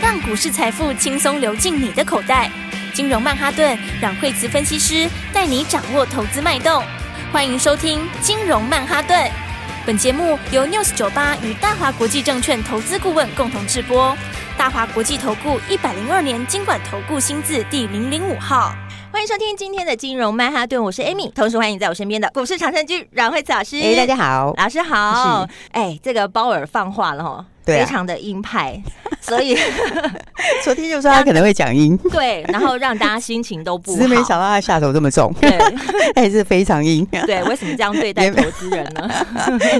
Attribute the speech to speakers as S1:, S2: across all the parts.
S1: 让股市财富轻松流进你的口袋。金融曼哈顿让惠慈分析师带你掌握投资脉动。欢迎收听《金融曼哈顿》，本节目由 News 九八与大华国际证券投资顾问共同制播。大华国际投顾一百零二年经管投顾新字第零零五号。
S2: 欢迎收听今天的金融曼哈顿，我是 Amy，同时欢迎在我身边的股市常胜军阮慧慈老师。
S3: 嗯哎、大家好，
S2: 老师好，哎、这个鲍尔放话了哈，
S3: 对啊
S2: 非常的鹰派， 所以
S3: 昨天就说他可能会讲阴，
S2: 对，然后让大家心情都不
S3: 只
S2: 好。
S3: 是没想到他下手这 么重，
S2: 对
S3: 还是非 常阴。
S2: 对，为什么这样对待
S3: 也没
S2: 投资人 呢？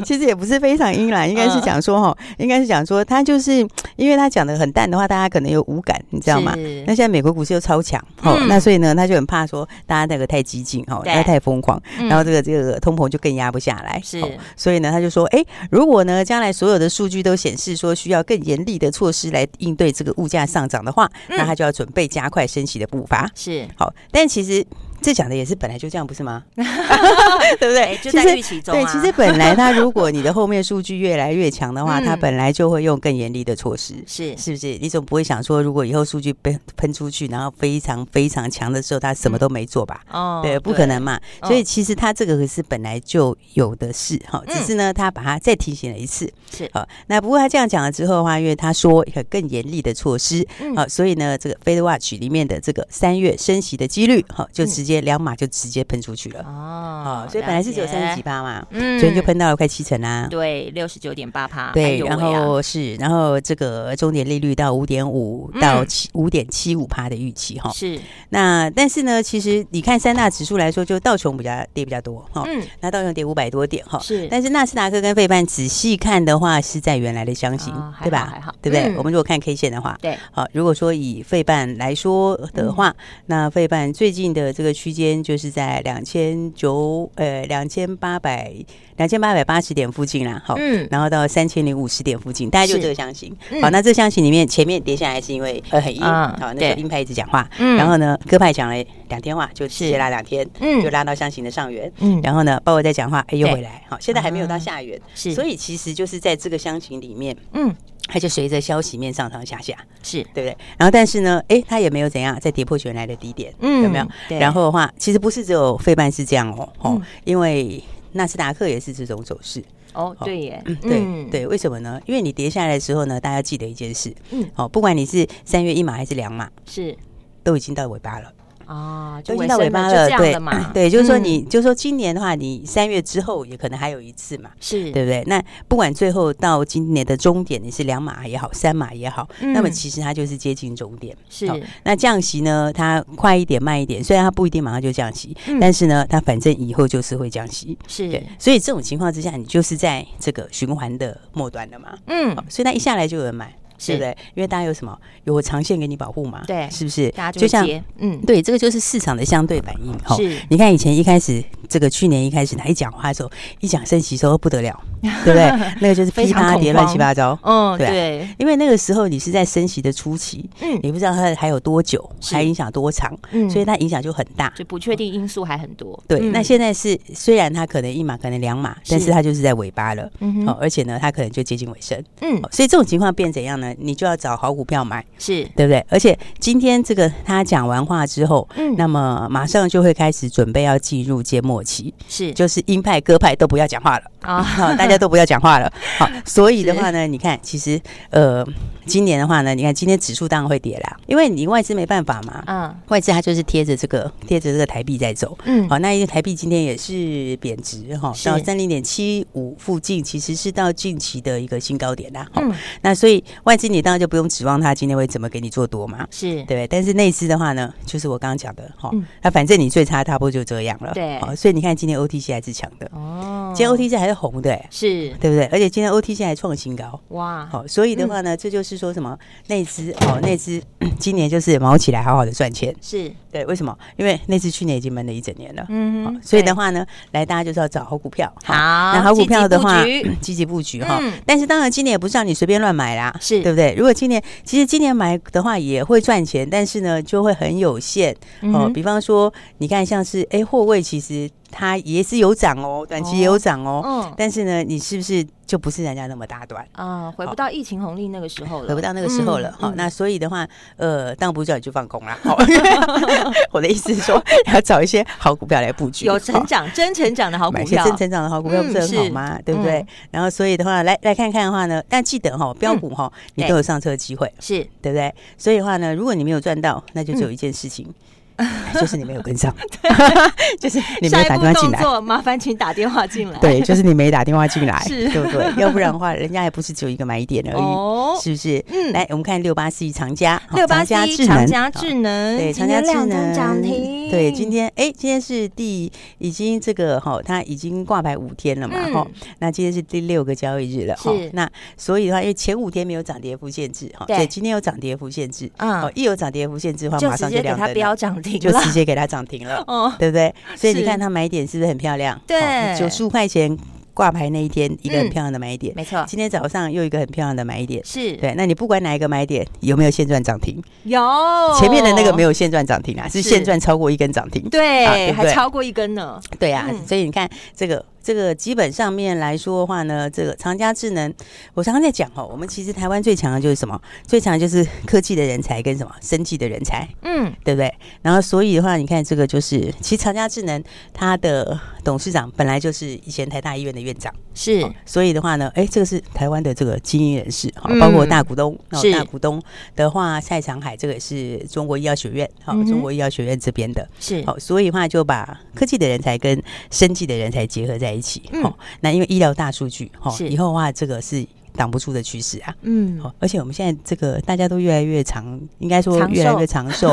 S3: 其实也不是非常阴啦，应该是讲
S2: 嗯
S3: 说哈，应该是讲说他就是因为他讲的很淡的话，大家可能有无感，你知道吗？
S2: 是
S3: 那现在美国股市又超强，哦，
S2: 嗯
S3: 那所以呢，他就很怕说大家那个太激进，哦，
S2: 对
S3: 大家太疯狂，
S2: 嗯
S3: 然后这个这个通膨就更压不下来，
S2: 是
S3: 哦所以呢，他就说，哎，如果呢将来所有的数据都显示说需要更严厉的措施来应对这个物价上涨的话，
S2: 嗯
S3: 那他就要准备加快升息的步伐。
S2: 是，
S3: 好，但其实这讲的也是本来就这样，不是吗？对不对？
S2: 哎，就在预期中
S3: 对，
S2: 啊。
S3: 其实本来它如果你的后面数据越来越强 的话，它
S2: 嗯
S3: 本来就会用更严厉的措施。
S2: 是
S3: 是不是？你总不会想说，如果以后数据喷喷出去，然后非常非常强的时候，他什
S2: 嗯
S3: 么都没做吧？
S2: 哦
S3: 对，不可能嘛。
S2: 嗯
S3: 所以其实他这个是本来就有的事哈，
S2: 嗯
S3: 只是呢，他把它再提醒了一次。
S2: 是
S3: 好，那不过他这样讲了之后的话，因为他说一个更严厉的措施，
S2: 嗯
S3: 好，所以呢，这个 Fed Watch 里面的这个三月升息的几率，好，就
S2: 嗯
S3: 直接两码就直接喷出去了。
S2: 哦
S3: 哦，所以本来是只有三十几
S2: 几，
S3: 趴嘛，
S2: 嗯
S3: 昨天就喷到了快七成啦。
S2: 对六十九点八趴，哎
S3: 对，
S2: 呦
S3: 然
S2: 喂啊
S3: 后是，然后这个终点利率到五点五
S2: 嗯
S3: 到七五点七五趴的预期哈。
S2: 是
S3: 那但是呢，其实你看三大指数来说，就道琼比较跌比较多哈，
S2: 嗯
S3: 那道琼跌五百多点哈。
S2: 是
S3: 但是纳斯达克跟费半仔细看的话，是在原来的箱型
S2: 啊，
S3: 对
S2: 还好还
S3: 吧
S2: 好？
S3: 对不对
S2: 嗯？
S3: 我们如果看 K 线的话，
S2: 对嗯
S3: 好，如果说以费半来说的话，那费半最近的这个区间就是在两千九呃两千八百两千八百八十点附近啦，好，
S2: 嗯
S3: 然后到三千零五十点附近，大概就是这个箱型。
S2: 嗯
S3: 好，那这箱型里面前面跌下来是因为呃很阴，
S2: 啊
S3: 好，那
S2: 对
S3: 个鹰派一直讲话，
S2: 嗯
S3: 然后呢鸽派讲了两天话，就直接拉两天，
S2: 嗯
S3: 就拉到箱型的上缘。
S2: 嗯
S3: 然后呢，包括在讲话，哎，又
S2: 对
S3: 回来，好，现在还没有到
S2: 啊
S3: 下缘，
S2: 是
S3: 所以其实就是在这个箱型里面，
S2: 嗯
S3: 它就随着消息面上上下下，
S2: 是
S3: 对不对？然后但是呢，诶，它也没有怎样，再跌破原来的低点，
S2: 嗯
S3: 有没有？
S2: 对
S3: 然后的话，其实不是只有费半是这样哦，哦，
S2: 嗯
S3: 因为纳斯达克也是这种走势，
S2: 哦
S3: 好
S2: 对耶
S3: 嗯，对、
S2: 嗯
S3: 对，为什么呢？因为你跌下来的时候呢，大家记得一件事，
S2: 嗯
S3: 哦，不管你是三月一码还是两码，
S2: 是
S3: 都已经到尾巴了，
S2: 啊，
S3: 都
S2: 就
S3: 已
S2: 尾
S3: 经
S2: 声
S3: 到尾
S2: 了
S3: 巴
S2: 就这样
S3: 对
S2: 了嘛，
S3: 对， 就是说
S2: 嗯
S3: 你，就是说今年的话，你三月之后也可能还有一次嘛，
S2: 嗯是
S3: 对不对？那不管最后到今年的终点，你是两码也好，三码也好，那么
S2: 嗯
S3: 其实它就是接近终点。
S2: 是
S3: 好那降息呢，它快一点、慢一点，虽然它不一定马上就降息，
S2: 嗯
S3: 但是呢，它反正以后就是会降息。
S2: 是
S3: 对，所以这种情况之下，你就是在这个循环的末端了嘛。
S2: 嗯
S3: 好所以它一下来就有人买，
S2: 是
S3: 对不对？因为大家有什么有我长线给你保护嘛，
S2: 对
S3: 是不是？
S2: 大家就会接嗯
S3: 对，这个就是市场的相对反应。吼
S2: 是
S3: 你看以前一开始，这个去年一开始他一讲话的时候，一讲升息的时候不 得了，对不对？那个就是
S2: 非
S3: 噼
S2: 常
S3: 啪
S2: 恐
S3: 跌乱
S2: 慌
S3: 七八糟。
S2: 嗯
S3: 对啊
S2: 对
S3: 因为那个时候你是在升息的初期，
S2: 嗯
S3: 你不知道它还有多久，
S2: 是
S3: 还影响多长，
S2: 嗯
S3: 所以它影响就很大。
S2: 就不确定因素还很多
S3: 对，
S2: 嗯
S3: 那现在是虽然它可能一码，可能两码，但
S2: 是
S3: 是它就是在尾巴了，
S2: 嗯
S3: 哦
S2: 哼，
S3: 而且呢，它可能就接近尾声，
S2: 嗯
S3: 哦所以这种情况变怎样呢？你就要找好股票买，
S2: 是
S3: 对不对？而且今天这个他讲完话之后，
S2: 嗯
S3: 那么马上就会开始准备要进入揭末期，
S2: 是
S3: 就是鹰派鸽派都不要讲话了。
S2: 啊
S3: 好，大家都不要讲话了。好，所以的话呢，你看，其实呃，今年的话呢，你看今天指数当然会跌啦，因为你外资没办法嘛，
S2: 嗯
S3: 外资它就是贴着这个贴着这个台币在走。
S2: 嗯
S3: 好，那因为台币今天也是贬值哈，
S2: 是
S3: 到三零点七五附近，其实是到近期的一个新高点啦。哈、
S2: 嗯
S3: 那所以外资你当然就不用指望它今天会怎么给你做多嘛，
S2: 是
S3: 对不对？但是内资的话呢，就是我刚刚讲的哈
S2: 嗯，
S3: 那、反正你最差差不多就这样了。
S2: 对
S3: 好，所以你看今天 OTC 还是强的，
S2: 哦
S3: 今天 OTC 还是红的、欸，
S2: 是
S3: 对不对？而且今天 OTC 还创新高，
S2: 哇
S3: 好、所以的话呢，这就是说什么内资哦，内资 今年就是毛起来好好的赚钱，
S2: 是
S3: 对，为什么？因为内资去年已经闷了一整年了。
S2: 嗯
S3: 好
S2: 哼
S3: 所以的
S2: 对
S3: 话呢，来大家就是要找好股票，
S2: 好
S3: 那好股票的
S2: 积
S3: 话
S2: 极布局，
S3: 积极布局哈
S2: 嗯。
S3: 但是当然，今年也不是让你随便乱买啦，
S2: 是
S3: 对不对？如果今年其实今年买的话也会赚钱，但是呢就会很有限
S2: 嗯
S3: 哦
S2: 哼。
S3: 比方说，你看像是哎，货位其实它也是有涨哦，短期也有涨哦，
S2: 嗯
S3: 但是呢，你是不是就不是人家那么大段？
S2: 啊，回不到疫情红利那个时候了，
S3: 回不到那个时候了，
S2: 嗯
S3: 好、
S2: 嗯
S3: 那所以的话，呃，当不叫你就放空啦。好， 我的意思是说，要找一些好股票来布局，
S2: 有成
S3: 好
S2: 长、真成长的好哦股
S3: 买一些
S2: 票，
S3: 真成长的好股票不是
S2: 嗯
S3: 很好
S2: 是
S3: 吗？对不对？
S2: 嗯
S3: 然后所以的话，来来看看的话呢，但记得哈、标股哈、你
S2: 对
S3: 都有上车机会，
S2: 是
S3: 对不对？所以的话呢，如果你没有赚到，那就
S2: 嗯
S3: 只有一件事情。就是你没有 跟上， 就是 你没
S2: 下
S3: 有
S2: 一
S3: 打
S2: 步
S3: 电话
S2: 动
S3: 进
S2: 作，
S3: 来，
S2: 麻烦请打电话进来。
S3: 对，就是你没打电话进来，
S2: 是
S3: 对不对？要不 然的话，人家也不是只有一个买点而已，
S2: 哦，
S3: 是不是？
S2: 嗯
S3: 来，我们看六八四一长嘉，好
S2: 六八
S3: 长
S2: 七
S3: 嘉智
S2: 长
S3: 能，
S2: 嘉
S3: 好
S2: 智能，
S3: 对，
S2: 嗯今天
S3: 长嘉智
S2: 亮灯
S3: 能
S2: 涨停，
S3: 对，今天哎，今天是第已经这个哈，它已经挂牌五天了嘛哈
S2: 嗯，
S3: 那今天是第六个交易日了哈
S2: 是，
S3: 那所以的话，因为前五天没有涨跌幅限制哈，
S2: 对
S3: 所以今天有涨跌幅限制，
S2: 嗯
S3: 哦，一有涨跌幅限制的话，
S2: 就
S3: 马
S2: 直
S3: 上
S2: 接
S3: 就
S2: 给
S3: 亮
S2: 它
S3: 灯
S2: 标
S3: 了，
S2: 涨停
S3: 就
S2: 了，
S3: 直接给它涨停 了，
S2: 哦，
S3: 对不对？所以你
S2: 是
S3: 看它买点是不是很漂亮？
S2: 对
S3: 九十五块钱挂牌那一天，一个
S2: 嗯
S3: 很漂亮的买点。
S2: 没错，
S3: 今天早上又一个很漂亮的买点，
S2: 是
S3: 对，那你不管哪一个买点有没有现赚涨停，
S2: 有
S3: 前面的那个没
S2: 有，
S3: 有现赚涨停啊，哦是
S2: 是
S3: 现赚超过一根涨停。啊
S2: 对，
S3: 对不
S2: 还
S3: 对
S2: 超过一根呢，
S3: 对啊，
S2: 嗯
S3: 所以你看这个这个基本上面来说的话呢，这个长嘉智能，我常常在讲哦，我们其实台湾最强的就是什么？最强的就是科技的人才跟什么生技的人才，
S2: 嗯，
S3: 对不对？然后所以的话，你看这个就是，其实长嘉智能它的董事长本来就是以前台大医院的院长。
S2: 是
S3: 哦所以的话呢，哎，这个是台湾的这个精英人士，好
S2: 嗯，
S3: 包括大股东，哦
S2: 是
S3: 大股东的话，蔡长海这个也是中国医药学院，好、
S2: 嗯哼
S3: 中国医药学院这边的，
S2: 是
S3: 好、所以的话就把科技的人才跟生技的人才结合在一起，
S2: 嗯
S3: 哦，那因为医疗大数据，哦，
S2: 是
S3: 以后的话这个是挡不住的趋势啊。
S2: 嗯
S3: 哦，而且我们现在这个大家都越来越长，应该说
S2: 长寿嗯
S3: 越来越 长寿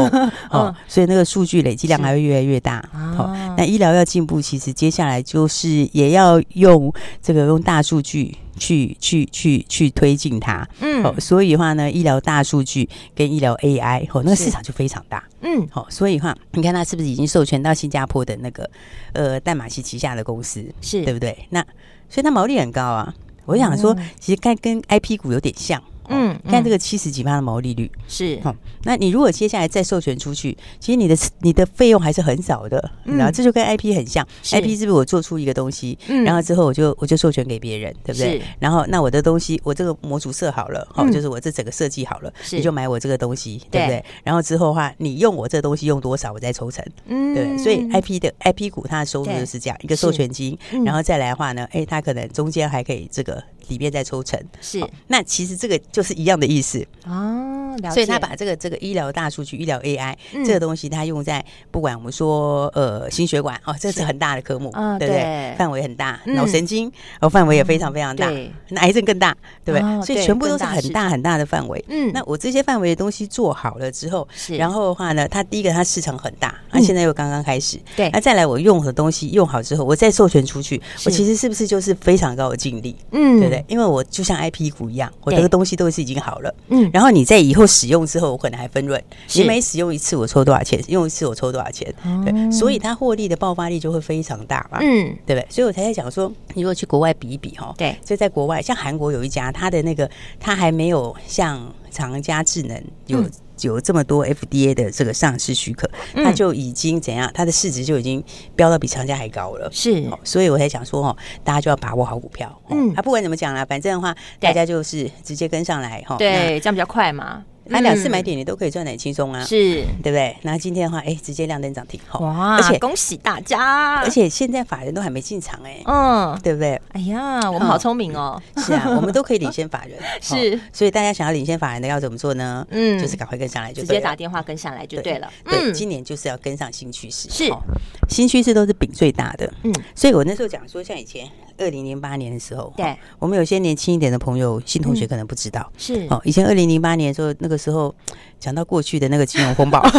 S3: 哦，所以那个数据累积量还会越来越大。好、
S2: 啊
S3: 那医疗要进步，其实接下来就是也要用这个用大数据去去去去推进它。哦
S2: 嗯，
S3: 所以的话呢，医疗大数据跟医疗 AI，哦，那个
S2: 是
S3: 市场就非常大。
S2: 嗯，
S3: 哦，所以的话，你看它是不是已经授权到新加坡的那个呃淡马锡旗下的公司？对
S2: 是，
S3: 不对？那所以它毛利很高啊。我想说
S2: 哦，
S3: 其实看跟 IP 股有点像。
S2: 嗯
S3: 嗯，看这个七十几趴的毛利率，
S2: 是
S3: 好、那你如果接下来再授权出去，其实你的你的费用还是很少的，
S2: 嗯
S3: 然后这就跟 IP 很像
S2: 是
S3: ，IP 是不是我做出一个东西，
S2: 嗯
S3: 然后之后我就我就授权给别人，对不对
S2: 是？
S3: 然后那我的东西，我这个模组设好了，好、
S2: 嗯
S3: 就是我这整个设计好了，
S2: 是
S3: 你就买我这个东西，对不
S2: 对
S3: 对？然后之后的话，你用我这东西用多少，我再抽成。
S2: 嗯
S3: 对，所以哎 IP 的 IP 股它的收入
S2: 对
S3: 就是这样一个授
S2: 是
S3: 权金
S2: 嗯，
S3: 然后再来的话呢，哎，它可能中间还可以这个里面再抽成。
S2: 是
S3: 好那其实这个就是一样的意思，
S2: 啊，了解，
S3: 所以他把这个这个医疗大数据、医疗 AI
S2: 嗯
S3: 这个东西，它用在不管我们说呃心血管哦，这是很大的科目
S2: 啊，
S3: 对不
S2: 对
S3: 对？范围很大，
S2: 嗯
S3: 脑神经哦范围也非常非常大，
S2: 对，
S3: 那癌症更大，对不
S2: 哦
S3: 对？所以
S2: 对
S3: 全部
S2: 更
S3: 都是
S2: 大市
S3: 很大很大的范围。
S2: 嗯
S3: 那我这些范围的东西做好了之后，
S2: 是，
S3: 然
S2: 后
S3: 后的话呢，它第一个它市场很大，那、
S2: 嗯
S3: 现在又刚刚开始，
S2: 对
S3: 那、再来我用的东西用好之后，我再授权出去，
S2: 是
S3: 我其实是不是就是非常高的净利，
S2: 嗯
S3: 对不对？？因为我就像 IP 股一样，我
S2: 对
S3: 这个东西都是已经好了，
S2: 嗯，
S3: 然后你在以后使用之后，我可能还分润，
S2: 是
S3: 你每使用一次我抽多少钱，用一次我抽多少钱，
S2: 哦
S3: 对，所以它获利的爆发力就会非常大嘛，
S2: 嗯，
S3: 对不对？所以我才在讲说，你如果去国外比一比哈，
S2: 对，
S3: 所以在国外，像韩国有一家，它的那个它还没有像长嘉智能有、
S2: 嗯
S3: 有这么多 FDA 的这个上市许可，它
S2: 嗯
S3: 就已经怎样，它的市值就已经飙到比长嘉还高了。
S2: 是
S3: 哦所以我才想说哦，大家就要把握好股票。哦、
S2: 嗯
S3: 啊，不管怎么讲啦，反正的话，
S2: 对
S3: 大家就是直接跟上来哈。哦，
S2: 对，这样比较快嘛，
S3: 那它两次买
S2: 嗯
S3: 点你都可以赚得很轻松啊，
S2: 是
S3: 对不对？那今天的话，哎，直接亮灯涨停哈。哦
S2: 哇，
S3: 而且
S2: 恭喜大家，
S3: 而且现在法人都还没进场哎、
S2: 嗯，
S3: 对不对？
S2: 哎
S3: 嗯
S2: 呀，我们好聪明哦，
S3: 是啊， 我们都可以领先法人，
S2: 是
S3: 哦所以大家想要领先法人的要怎么做呢？
S2: 嗯
S3: 就是赶快跟上来就
S2: 直
S3: 对
S2: 接
S3: 了
S2: 打电话跟下来就对了，嗯，
S3: 对，今年就是要跟上新趋势，
S2: 是
S3: 哦新趋势都是饼最大的，
S2: 嗯，
S3: 所以我那时候讲说，像以前二零零八年的时候，
S2: 对
S3: 哦，我们有些年轻一点的朋友、新同学
S2: 嗯
S3: 可能不知道。
S2: 是
S3: 哦，以前二零零八年的时候，那个时候讲到过去的那个金融风 暴，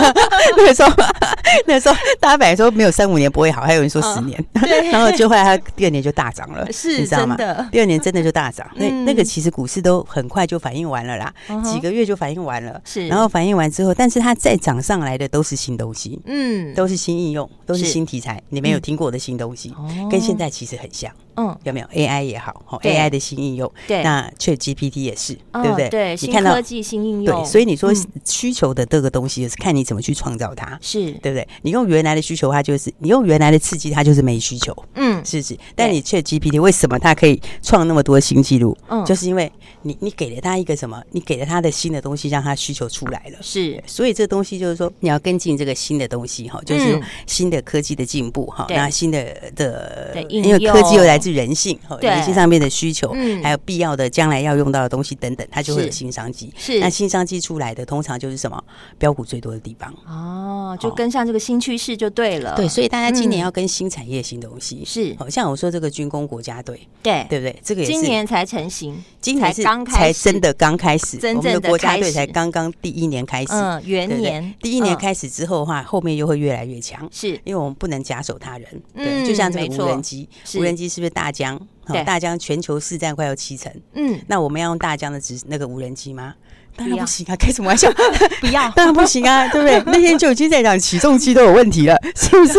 S3: 那个时候， 那个时候大家本来说没有三五年不会好，还有人说十年，然后就后来它第二年就大涨了，
S2: 哦 是
S3: 你知道吗
S2: 真的？
S3: 第二年真的就大涨，那
S2: 嗯
S3: 那个其实股市都很快就反应完了啦
S2: 嗯，哼
S3: 几个月就反应完了，
S2: 是
S3: 然后反应完之后，但是它再涨上来的都是新东西，
S2: 嗯，
S3: 都是新应用，都是
S2: 是嗯
S3: 新题材，你没有听过的新东西，
S2: 哦
S3: 跟现在其实很像。
S2: 嗯，
S3: 有没有 AI 也好，哦
S2: 对
S3: ，AI 的新应用，
S2: 对
S3: 那 ChatGPT 也是，
S2: 嗯
S3: 对不对？
S2: 对，
S3: 你
S2: 新
S3: 看到
S2: 科技新应用，
S3: 对，所
S2: 以
S3: 以你说
S2: 嗯
S3: 需求的这个东西，是看你怎么去创造它。
S2: 是
S3: 对不对？你用原来的需求，它就是你用原来的刺激，它就是没需求，
S2: 嗯
S3: 是不是？但你 ChatGPT 为什么它可以创那么多新纪录？
S2: 嗯
S3: 就是因为你你给了它一个什么？你给了它的新的东西，让它需求出来了。
S2: 是
S3: 所以这东西就是说，你要跟进这个新的东西哈，就是
S2: 嗯
S3: 新的科技的进步哈，
S2: 对
S3: 那新的的
S2: 的，应
S3: 因为科技又
S2: 用
S3: 来自人性哈，
S2: 对
S3: 人性上面的需求
S2: 嗯，
S3: 还有必要的将来要用到的东西等等，它就会有
S2: 是
S3: 新商机。
S2: 是
S3: 那新商机出来的，通常就是什么标股最多的地方。
S2: 哦，就
S3: 好
S2: 跟上这个新趋势就对了，
S3: 对，所以大家今年
S2: 嗯
S3: 要跟新产业、新东西，
S2: 是
S3: 好像我说这个军工国家队，
S2: 对
S3: 对不对？这个也是
S2: 今年才成型，
S3: 今年
S2: 才
S3: 是
S2: 刚开
S3: 才
S2: 始
S3: 真的刚开始，
S2: 真
S3: 我们
S2: 正
S3: 的
S2: 的
S3: 国家
S2: 开
S3: 队
S2: 始
S3: 才刚刚第一年开始，
S2: 嗯，元
S3: 对不对
S2: 年
S3: 第一年
S2: 嗯
S3: 开始之后的话，后面又会越来越强。
S2: 是
S3: 因为我们不能假手他人，
S2: 嗯
S3: 对，就像这
S2: 没
S3: 个
S2: 错
S3: 无人机，
S2: 是
S3: 无人机是不是大疆？哦
S2: 对
S3: 大疆全球市占快要七成，
S2: 嗯
S3: 那我们要用大疆的直那个无人机吗？当然
S2: 不要
S3: 不行啊，开什么玩笑？
S2: 不要
S3: 当然不行啊，对不对？那天就已经在讲起重机都有问题了， 是不是？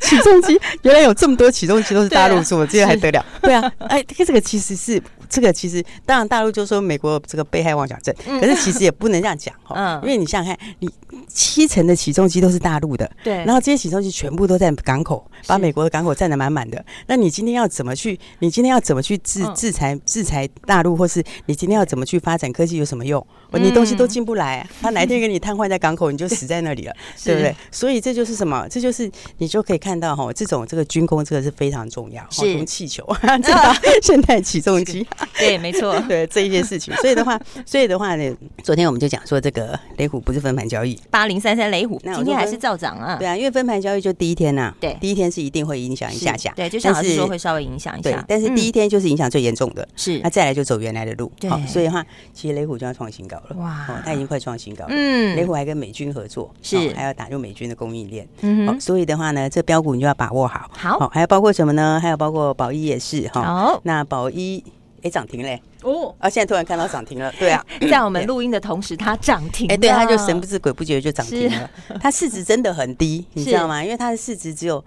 S3: 起重机原来有这么多起重机都是大
S2: 啊
S3: 陆做的，这还得了？对啊，哎，这个其实是这个其实，当然大陆就说美国有这个被害妄想症，可是其实也不能这样讲
S2: 嗯
S3: 哦，因为你想想看，你七成的起重机都是大陆的，
S2: 对，
S3: 然后这些起重机全部都在港口，把
S2: 是
S3: 美国的港口占得满满的。那你今天要怎么去？你今天要怎么去制
S2: 嗯
S3: 制裁制裁大陆，或是你今天要怎么去发展科技有什么用？哦你东西都进不
S2: 嗯
S3: 来，啊他哪一天给你瘫痪在港口，你就死在 那里了，对不对？所以这就是什么？这就是你就可以看到哈，这种这个军工这个是非常重要，哦
S2: 是
S3: 从气球 这到现代起 重机，
S2: 对，没 错，
S3: 对这一些事情。所以的话，所以的话呢，昨天我们就讲说这个雷虎不是分盘交易，
S2: 八零三三雷虎
S3: 那我
S2: 今天
S3: 就
S2: 还
S3: 跟
S2: 是照涨啊，
S3: 对啊，因为分盘交易就第一天呐、
S2: 对
S3: 第一天是一定会影响一
S2: 是
S3: 下下，
S2: 对，就像老
S3: 但
S2: 师
S3: 是
S2: 说会稍微影响一
S3: 对
S2: 下，，
S3: 但是第一啊
S2: 一
S3: 天就是影响最严重的，
S2: 是
S3: 那再来就走原来的路，
S2: 对
S3: 所以的话，其实雷虎就要创新高了，
S2: 哇
S3: 哦，它已经快创新高了，
S2: 嗯
S3: 雷虎还跟美军合作，
S2: 是
S3: 哦还要打入美军的供应链，
S2: 嗯
S3: 哦
S2: 哼，
S3: 所以的话呢，这标股你就要把握好，
S2: 好
S3: 哦，还有包括什么呢？还有包括宝一也是哈，
S2: 好
S3: 那宝一哎涨停嘞，
S2: 哦，
S3: 啊，现在突然看到涨停了，对啊，
S2: 在我们录音的同时，它涨停了，
S3: 哎、对，它
S2: 啊
S3: 就神不知鬼不觉就涨停了。它市值真的很低， 你知
S2: 是
S3: 道吗？因为它的市值只有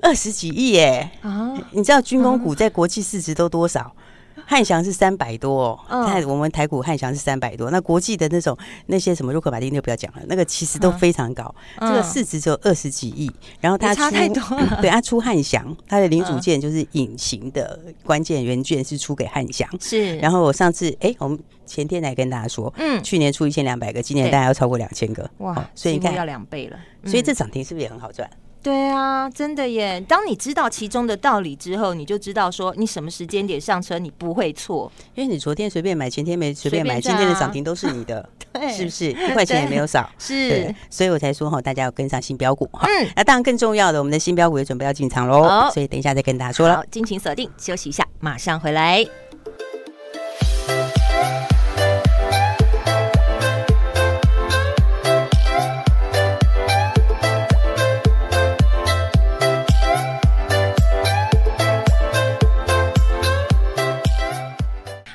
S3: 二十几亿耶。
S2: 啊，
S3: 你知道军工股在国际市值都多少？汉翔是三百多哦，
S2: 嗯
S3: 看、我们台股汉翔是三百多，那国际的那种那些什么入口马丁就不要讲了，那个其实都
S2: 嗯
S3: 非常高，这个
S2: 嗯
S3: 市值只有二十几亿，然后它
S2: 也差
S3: 出
S2: 太多了
S3: 对，它出汉翔，它的零组
S2: 嗯
S3: 件就是隐形的关键元件是出给汉翔，
S2: 是，
S3: 然
S2: 后
S3: 后我上次哎、我们前天来跟大家说，
S2: 嗯
S3: 去年出一千两百个，今年
S2: 对
S3: 大概要超过两千个，哦
S2: 哇，
S3: 所以你
S2: 几乎要
S3: 看，
S2: 两倍了，
S3: 所以
S2: 嗯
S3: 这涨停是不是也很好赚？
S2: 对啊，真的耶！当你知道其中的道理之后，你就知道说你什么时间点上车你不会错，
S3: 因为你昨天随便买，前天没随便买，
S2: 随便赚
S3: 今
S2: 啊
S3: 天的涨停都是你的，
S2: 对
S3: 是不是？一块钱也没有少。
S2: 是
S3: 对，所以我才说哈，大家要跟上新标股哈。
S2: 嗯
S3: 那当然更重要的，我们的新标股也准备要进场喽
S2: 好，
S3: 所以等一下再跟大家说了
S2: 好。，尽情锁定，休息一下，马上回来。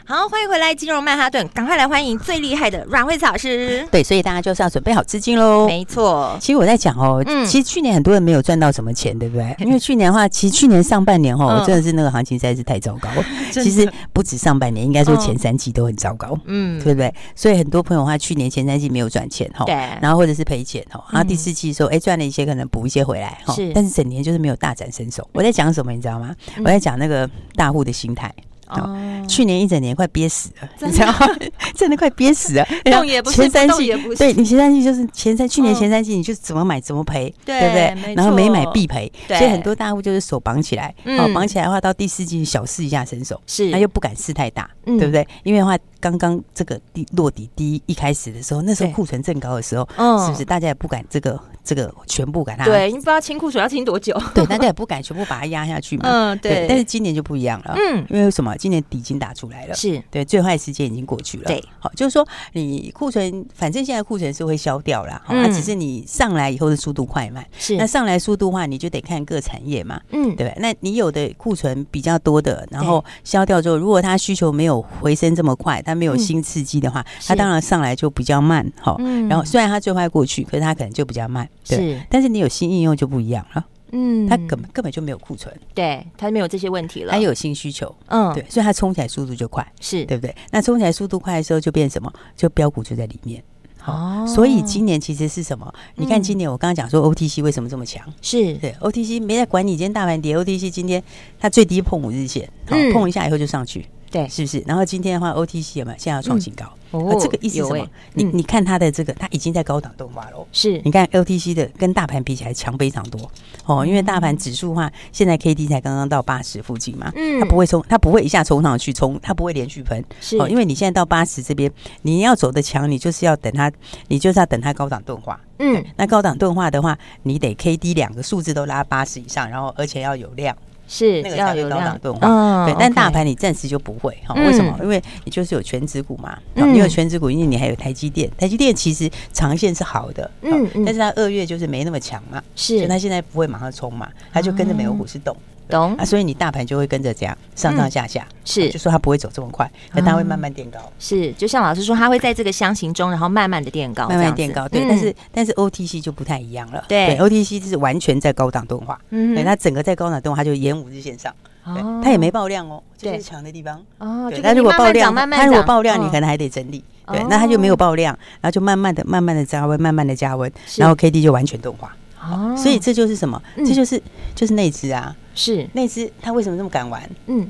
S2: 好，欢迎回来，金融曼哈顿，赶快来欢迎最厉害的阮慧慈老师。
S3: 对，所以大家就是要准备好资金喽。
S2: 没错，
S3: 其实我在讲哦，
S2: 嗯
S3: 其实去年很多人没有赚到什么钱，对 不对？因为去年的话，其实去年上半年哦，
S2: 嗯
S3: 我真的是那个行情实在是太糟糕。
S2: 真的
S3: 其实不止上半年，应该说
S2: 嗯
S3: 前三季都很糟糕，
S2: 嗯，
S3: 对不对？所以很多朋友他去年前三季没有赚钱哈，
S2: 对
S3: 然后或者是赔钱哈，然后第
S2: 嗯
S3: 四季说哎赚了一些，可能补一些回来哈
S2: 是，嗯
S3: 但是整年就是没有大展身手。我在讲什么，你知道吗？我在讲那个大户的心态。
S2: 哦
S3: 去年一整年快憋死了，
S2: 真
S3: 你
S2: 的
S3: 知道吗？ 真的快憋死 了，然后
S2: 动也不是
S3: 前三
S2: 不动
S3: 季
S2: 也不是
S3: 对你前三季就是前三去年
S2: 嗯
S3: 前三季你就怎么买怎么赔，
S2: 对
S3: 不
S2: 没
S3: 对？然后没买
S2: 错
S3: 必赔，
S2: 对
S3: 所以很多大户就是手绑起来，哦
S2: 嗯，
S3: 绑起来的话到第四季小试一下身手，
S2: 是
S3: 他又不敢试太大，
S2: 嗯
S3: 对不对？因为的话刚刚这个第落底第一一开始的时候，那时候
S2: 对
S3: 库存正高的时候，
S2: 嗯
S3: 是不是大家也不敢这个这个全部敢它
S2: 对，你不知道清库水要清多久。
S3: 对，大家也不敢全部把它压下去嘛，
S2: 嗯，对，
S3: 但是今年就不一样了，
S2: 嗯
S3: 因为什么？今年底已经打出来了，
S2: 是
S3: 对，最坏时间已经过去了。
S2: 对，
S3: 好，就是说你库存，反正现在库存是会消掉啦，好、
S2: 嗯
S3: 啊，只是你上来以后的速度快慢。
S2: 是
S3: 那上来速度的话，你就得看各产业嘛，
S2: 嗯
S3: 对不对？那你有的库存比较多的，然后消掉之后，如果它需求没有回升这么快，它没有
S2: 嗯
S3: 新刺激的话，
S2: 是
S3: 它当然上来就比较慢，好、
S2: 嗯
S3: 然后虽然它最坏过去，可是它可能就比较慢，对。
S2: 是
S3: 但是你有新应用就不一样了，
S2: 嗯
S3: 它根本根本就没有库存，
S2: 对它没有这些问题了。
S3: 它有新需求，
S2: 嗯，
S3: 对，所以它冲起来速度就快，
S2: 是
S3: 对不对？那冲起来速度快的时候，就变什么？就标股就在里面。
S2: 哦
S3: 所以今年其实是什么？你看
S2: 嗯
S3: 今年我刚刚讲说 OTC 为什么这么强？
S2: 是
S3: 对，OTC 没在管你今天大盘跌，OTC 今天它最低碰五日线，好、
S2: 嗯
S3: 碰一下以后就上去，
S2: 对
S3: 是不是？然后今天的话，OTC 有没有现在要创新高？
S2: 哦
S3: 啊这个意思是
S2: 有
S3: 什么？
S2: 欸
S3: 你
S2: 嗯
S3: 你看它的这个，它已经在高档动画喽。
S2: 是
S3: 你看 LTC 的跟大盘比起来强非常多哦，因为大盘指数的话，现在 K D 才刚刚到八十附近嘛，
S2: 嗯
S3: 它不会冲，它不会一下冲上去冲，它不会连续喷
S2: 是
S3: 哦因为你现在到八十这边，你要走的强，你就是要等它，你就是要等它高档钝化。
S2: 嗯
S3: 那高档钝化的话，你得 K D 两个数字都拉八十以上，然后而且要有量，
S2: 是
S3: 那个
S2: 要
S3: 才会
S2: 有
S3: 高档
S2: 量
S3: 钝化。对，但
S2: 嗯 OK
S3: 大盘你暂时就不会哈，
S2: 嗯
S3: 为什么？因为你就是有全指股嘛，
S2: 嗯
S3: 哦你有全指股，因为你还有台积电，台积电其实长线是好的，哦
S2: 嗯嗯
S3: 但是它二月就是没那么强嘛，所以
S2: 是哦
S3: 它现在不会马上冲嘛，它就跟着美国股市动。
S2: 懂嗯
S3: 啊，所以你大盘就会跟着这样上上下下，
S2: 是
S3: 就说它不会走这么快，那它会慢慢垫高，
S2: 是，就像老师说，它会在这个箱型中，然后慢慢的垫高，
S3: 慢
S2: 这
S3: 慢
S2: 样
S3: 垫
S2: 子
S3: 高。对，
S2: 嗯
S3: 但是但是 OTC 就不太一样了，
S2: 对
S3: ，OTC 就是完全在高档钝化，
S2: 嗯哼
S3: 对，它整个在高档钝化，它就沿五日线上，对
S2: 哦，
S3: 它也没爆量哦，这
S2: 对
S3: 是强的地方。
S2: 哦，
S3: 对，
S2: 就
S3: 它
S2: 跟你
S3: 如果
S2: 慢
S3: 爆
S2: 慢涨，
S3: 量，
S2: 慢慢
S3: 它
S2: 涨，
S3: 如果爆量，你
S2: 嗯
S3: 可能还得整理。对
S2: 哦，
S3: 那它就没有爆量，然后就慢慢的、慢慢的加温，慢慢的加温，
S2: 是
S3: 然后 K D 就完全钝化。
S2: 哦，
S3: 所以这就是什么？
S2: 嗯
S3: 这就是就是那只啊，
S2: 是
S3: 那只它为什么这么敢玩？
S2: 嗯，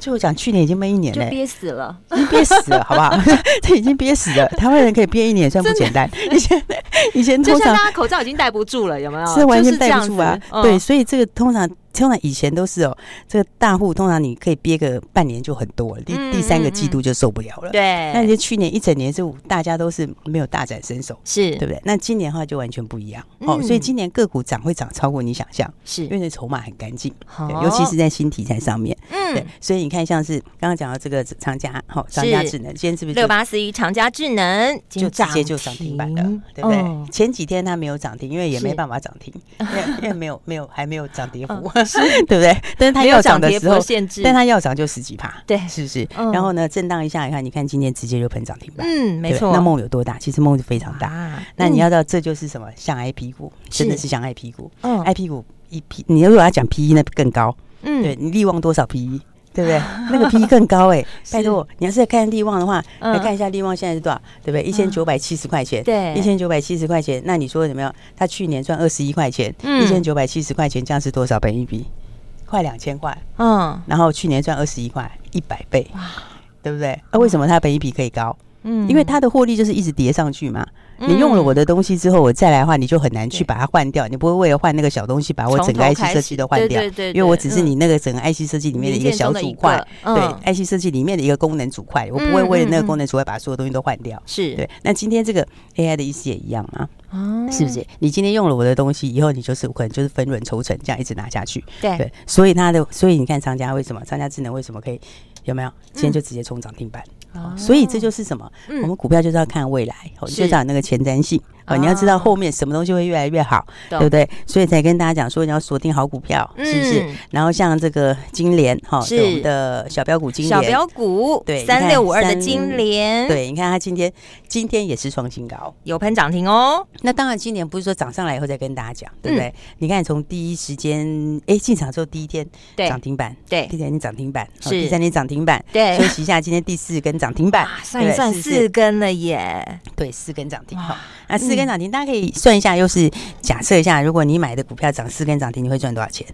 S3: 就我讲去年已经闷一年
S2: 就
S3: 了，欸
S2: 憋死了，
S3: 已经憋死了，好不好？ 这已经憋死了。台湾人可以憋一年，算不简单。以前以前
S2: 就
S3: 通
S2: 像
S3: 常
S2: 大家口罩已经戴不住了，有没有？
S3: 是完
S2: 就
S3: 全
S2: 这
S3: 带
S2: 样
S3: 不住啊
S2: 子。嗯
S3: 对，所以这个通常通常以前都是哦，这个大户通常你可以憋个半年就很多了，第
S2: 嗯
S3: 第三个
S2: 嗯
S3: 季度就受不了了。那
S2: 对，
S3: 就去年一整年是大家都是没有大展身手，
S2: 是
S3: 对不对？那今年的话就完全不一样哦，
S2: 嗯
S3: 所以今年个股涨会涨超过你想象，因
S2: 是，
S3: 为那筹码很干净，对
S2: 好
S3: 尤其是在新题材上面。对
S2: 哦嗯，，
S3: 所以你看像是刚刚讲到这个长家，好、哦，长家智能今天是不是
S2: 六
S3: 就
S2: 八四一长家智能
S3: 就直接就涨停板了，对不对？
S2: 哦
S3: 前几天它没有涨停，因为也
S2: 嗯是
S3: 没办法涨停，因为 因为没有没有还没有涨跌幅，
S2: 嗯 是
S3: 对不对？但是它
S2: 没
S3: 要
S2: 有涨
S3: 涨的
S2: 跌
S3: 时
S2: 幅的
S3: 候，
S2: 限制，
S3: 但它要涨就十几趴，
S2: 对
S3: 是不是？
S2: 嗯
S3: 然后呢，震荡一下，你看，你看今天直接就喷涨停板，
S2: 嗯，没
S3: 对
S2: 错，
S3: 那梦有多大？其实梦是非常大。
S2: 啊
S3: 那你
S2: 嗯
S3: 要知道，这就是什么？像 I P 股，真的
S2: 是
S3: 是像 I P 股
S2: 嗯
S3: ，I P 股一 P，你如果要讲 P E 那更高，
S2: 嗯
S3: 对你力旺多少 P E？对不对？那个 P E 更高哎、拜托，你要是看力旺的话，
S2: 嗯
S3: 来看一下力旺现在是多少，对不对？一千九百七十块钱，
S2: 对
S3: 一千九百七十块钱。那你说怎么样？他去年赚二十一块钱，
S2: 嗯
S3: 一千九百七十块钱，这样是多少本一比？快两千块，
S2: 嗯
S3: 然后去年赚二十一块，一百倍，
S2: 哇
S3: 对不对？啊那、为什么它本一比可以高？
S2: 嗯
S3: 因为它的获利就是一直叠上去嘛。你用了我的东西之后，我再来换，你就很难去把它换掉。你不会为了换那个小东西，把我整
S2: 从
S3: 个
S2: 头
S3: IC
S2: 开始
S3: 设计都换掉，
S2: 对对对对
S3: 因为我只是你那个整个 IC 设计里面的一个小
S2: 零件中的一
S3: 组
S2: 个
S3: 块，
S2: 嗯
S3: 对 IC 设计里面的一个功能组块，我不
S2: 嗯
S3: 会为了
S2: 嗯
S3: 那
S2: 嗯
S3: 个功能组块把所有东西都换掉。
S2: 是
S3: 对，那今天这个 AI 的意思也一样啊，
S2: 哦
S3: 是不是？你今天用了我的东西，以后你就是可能就是分润抽成，这样一直拿下去。
S2: 对
S3: 对，所以它的，所以你看商家为什么商家智能为什么可以有没有？今天就直接冲涨停板。哦所以这就是什么？
S2: 嗯
S3: 我们股票就是要看未来，哦，你
S2: 是
S3: 就是要有那个前瞻性哦，你要知
S2: 哦
S3: 道后面什么东西会越来越好，
S2: 懂
S3: 对不对？所以才跟大家讲说你要锁定好股票，是不是
S2: 嗯？
S3: 然后像这个金联哈，
S2: 是
S3: 对我们的小标股金
S2: 小
S3: 联
S2: 标，股，
S3: 对你
S2: 三
S3: 看
S2: 六五二的
S3: 三
S2: 金莲，，
S3: 对，你看它今天今天也是创新高。
S2: 有喷涨停哦，
S3: 那当然，今年不是说涨上来以后再跟大家讲，
S2: 嗯
S3: 对不对？你看从第一时间，哎，进场之后第一天
S2: 对
S3: 涨停板，
S2: 对
S3: 第二天涨停板，
S2: 是
S3: 哦第三天涨停板，
S2: 对
S3: 休息一下，今天第四根涨停板
S2: 啊，，算一算
S3: 对是不是
S2: 四根了耶，
S3: 对，四根涨
S2: 哇嗯
S3: 停。好，那四根涨停，大家可以算一下，又是假设一下，如果你买的股票涨四根涨停，你会赚多少钱？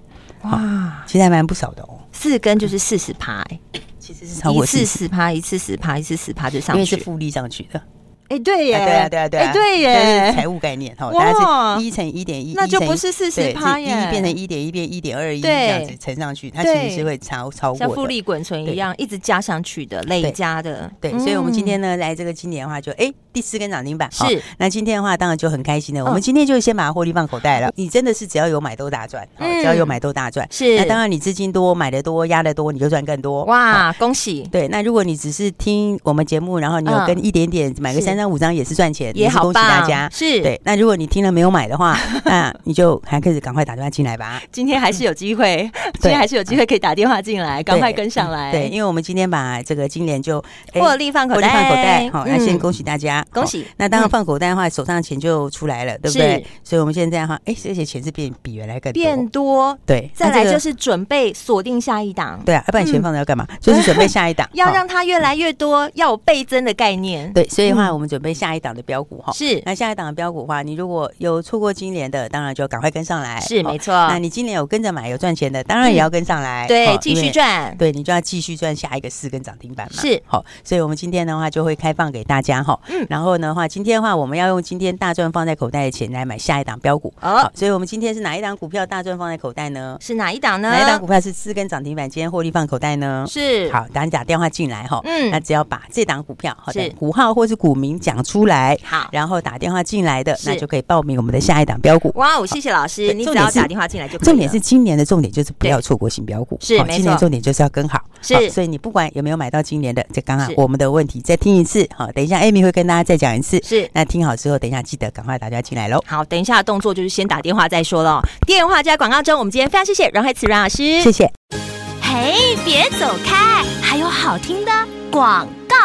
S2: 哇，
S3: 其实还蛮不少的哦，
S2: 四根就是四十趴，欸
S3: 其实是超
S2: 一
S3: 过
S2: 次
S3: 四，
S2: 十趴，一次十趴，一次十趴就
S3: 因
S2: 上
S3: 为是
S2: 去，
S3: 复利上去的。啊
S2: 哎，对耶，
S3: 对啊，对啊，对
S2: 哎，
S3: 啊，
S2: 对
S3: 这是
S2: 耶，
S3: 财务概念哈，
S2: 哇
S3: 大概是一乘一点一，
S2: 那就
S3: 1乘
S2: 不是40%
S3: 一
S2: 耶
S3: 变成一点一变一点二一这
S2: 对
S3: 样子乘上去，它其
S2: 对
S3: 实是会超超
S2: 像
S3: 过
S2: 复
S3: 的。
S2: 利滚存一
S3: 对
S2: 样，一直加上去的，累加的，
S3: 对，所以我们今
S2: 嗯
S3: 天呢，来这个今年的话就，哎第四根涨停板
S2: 是
S3: 好那今天的话，当然就很开心了。我
S2: 嗯
S3: 们今天就先把获利放口袋了。你真的是只要有买都大赚，好
S2: 嗯
S3: 只要有买都大赚。
S2: 是
S3: 那当然你资金多，买的多，压的多，你就赚更多。哇！哦
S2: 哇，恭喜，
S3: 对，那如果你只是听我们节目，然后你有
S2: 嗯
S3: 跟一点点买个
S2: 是
S3: 三那五张也是赚钱，
S2: 也
S3: 是
S2: 好
S3: 恭喜
S2: 棒，
S3: 大家。
S2: 是，
S3: 对，那如果你听了没有买的 话，那你就还可以赶快打电话进来吧。
S2: 今天还是有机会，今天还是有机会可以打电话进来，赶快跟上来。
S3: 对，因为我们今天把这个金莲就哎
S2: 获利放口
S3: 获利
S2: 袋，
S3: 放口袋，好，那先
S2: 嗯
S3: 恭喜大家，
S2: 恭
S3: 好。
S2: 喜。
S3: 那当然
S2: 嗯
S3: 放口袋的话，手上的钱就出来了，对不对？所以我们现在的话，哎，而且钱是变比原来更多
S2: 变多，
S3: 对，
S2: 再
S3: 那这
S2: 来
S3: 个
S2: 就是准备锁定下一档，
S3: 对啊，要不然钱
S2: 嗯
S3: 放着要干嘛？就是准备下一
S2: ，
S3: 档哦
S2: 要
S3: 好
S2: 让它越来越多，要有倍增的概念。
S3: 对，哎所以的话我们准备下一档的标股哈。
S2: 嗯是
S3: 那下一档的标股的话，你如果有错过今年的，当然就赶快跟上来。
S2: 是，
S3: 哎好
S2: 没错，
S3: 那你今年有跟着买有赚钱的，当然也要跟上来，
S2: 对
S3: 好，
S2: 继续。赚
S3: 因为。对你就要继续赚下一个四根涨停板嘛，
S2: 是
S3: 好，所以我们今天的话就会开放给大家哈，
S2: 嗯
S3: 然后的话，今天的话我们要用今天大赚放在口袋的钱来买下一档标股，
S2: 哦
S3: 好，所以我们今天是哪一档股票大赚放在口袋呢？
S2: 是哪一档呢？
S3: 哪一档股票是四根涨停板，今天获利放口袋呢？
S2: 是
S3: 好，打你打电话进来哈，
S2: 嗯
S3: 那只要把这档股票好
S2: 是
S3: 的股号或是股名讲出来，
S2: 好
S3: 然后打电话进来的，
S2: 是
S3: 那就可以报名我们的下一档标股。
S2: 哇哦，谢谢老师，
S3: 对
S2: 你只
S3: 重点
S2: 要
S3: 是
S2: 打电话进来就可以了
S3: 重点是今年的重点就是不
S2: 对
S3: 要错过新标股，
S2: 是
S3: 好
S2: 没错
S3: 今年重点就是要跟好，
S2: 是
S3: 好所以你不管有没有买到今年的，这刚好
S2: 是
S3: 我们的问题再听一次，好，等一下 Amy 会跟大家再讲一次，
S2: 是
S3: 那听好之后，等一下记得赶快打电话进来喽，
S2: 好，等一下的动作就是先打电话再说了。电话加广告中，我们今天非常谢谢阮海慈阮老师，
S3: 谢谢。
S1: 嘿，别走开，还有好听的广告。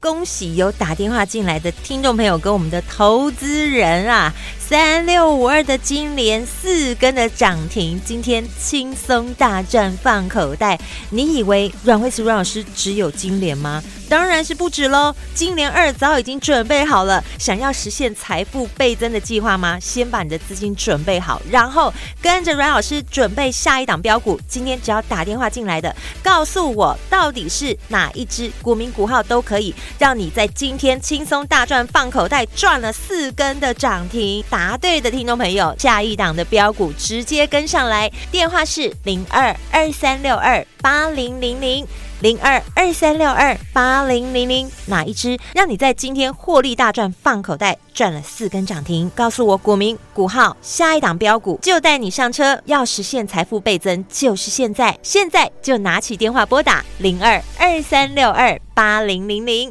S2: 恭喜有打电话进来的听众朋友跟我们的投资人啊，三六五二的金莲四根的涨停，今天轻松大赚放口袋。你以为阮慧慈阮老师只有金莲吗？当然是不止喽，金莲二早已经准备好了。想要实现财富倍增的计划吗？先把你的资金准备好，然后跟着阮老师准备下一档标股。今天只要打电话进来的，告诉我到底是哪一只股民股号都可以，让你在今天轻松大赚放口袋，赚了四根的涨停。答对的听众朋友，下一档的标股直接跟上来，电话是零二二三六二八零零零。零二二三六二八零零零，哪一只让你在今天获利大赚放口袋，赚了四根涨停？告诉我股民股号，下一档标股就带你上车。要实现财富倍增，就是现在，现在就拿起电话拨打零二二三六二八零零零。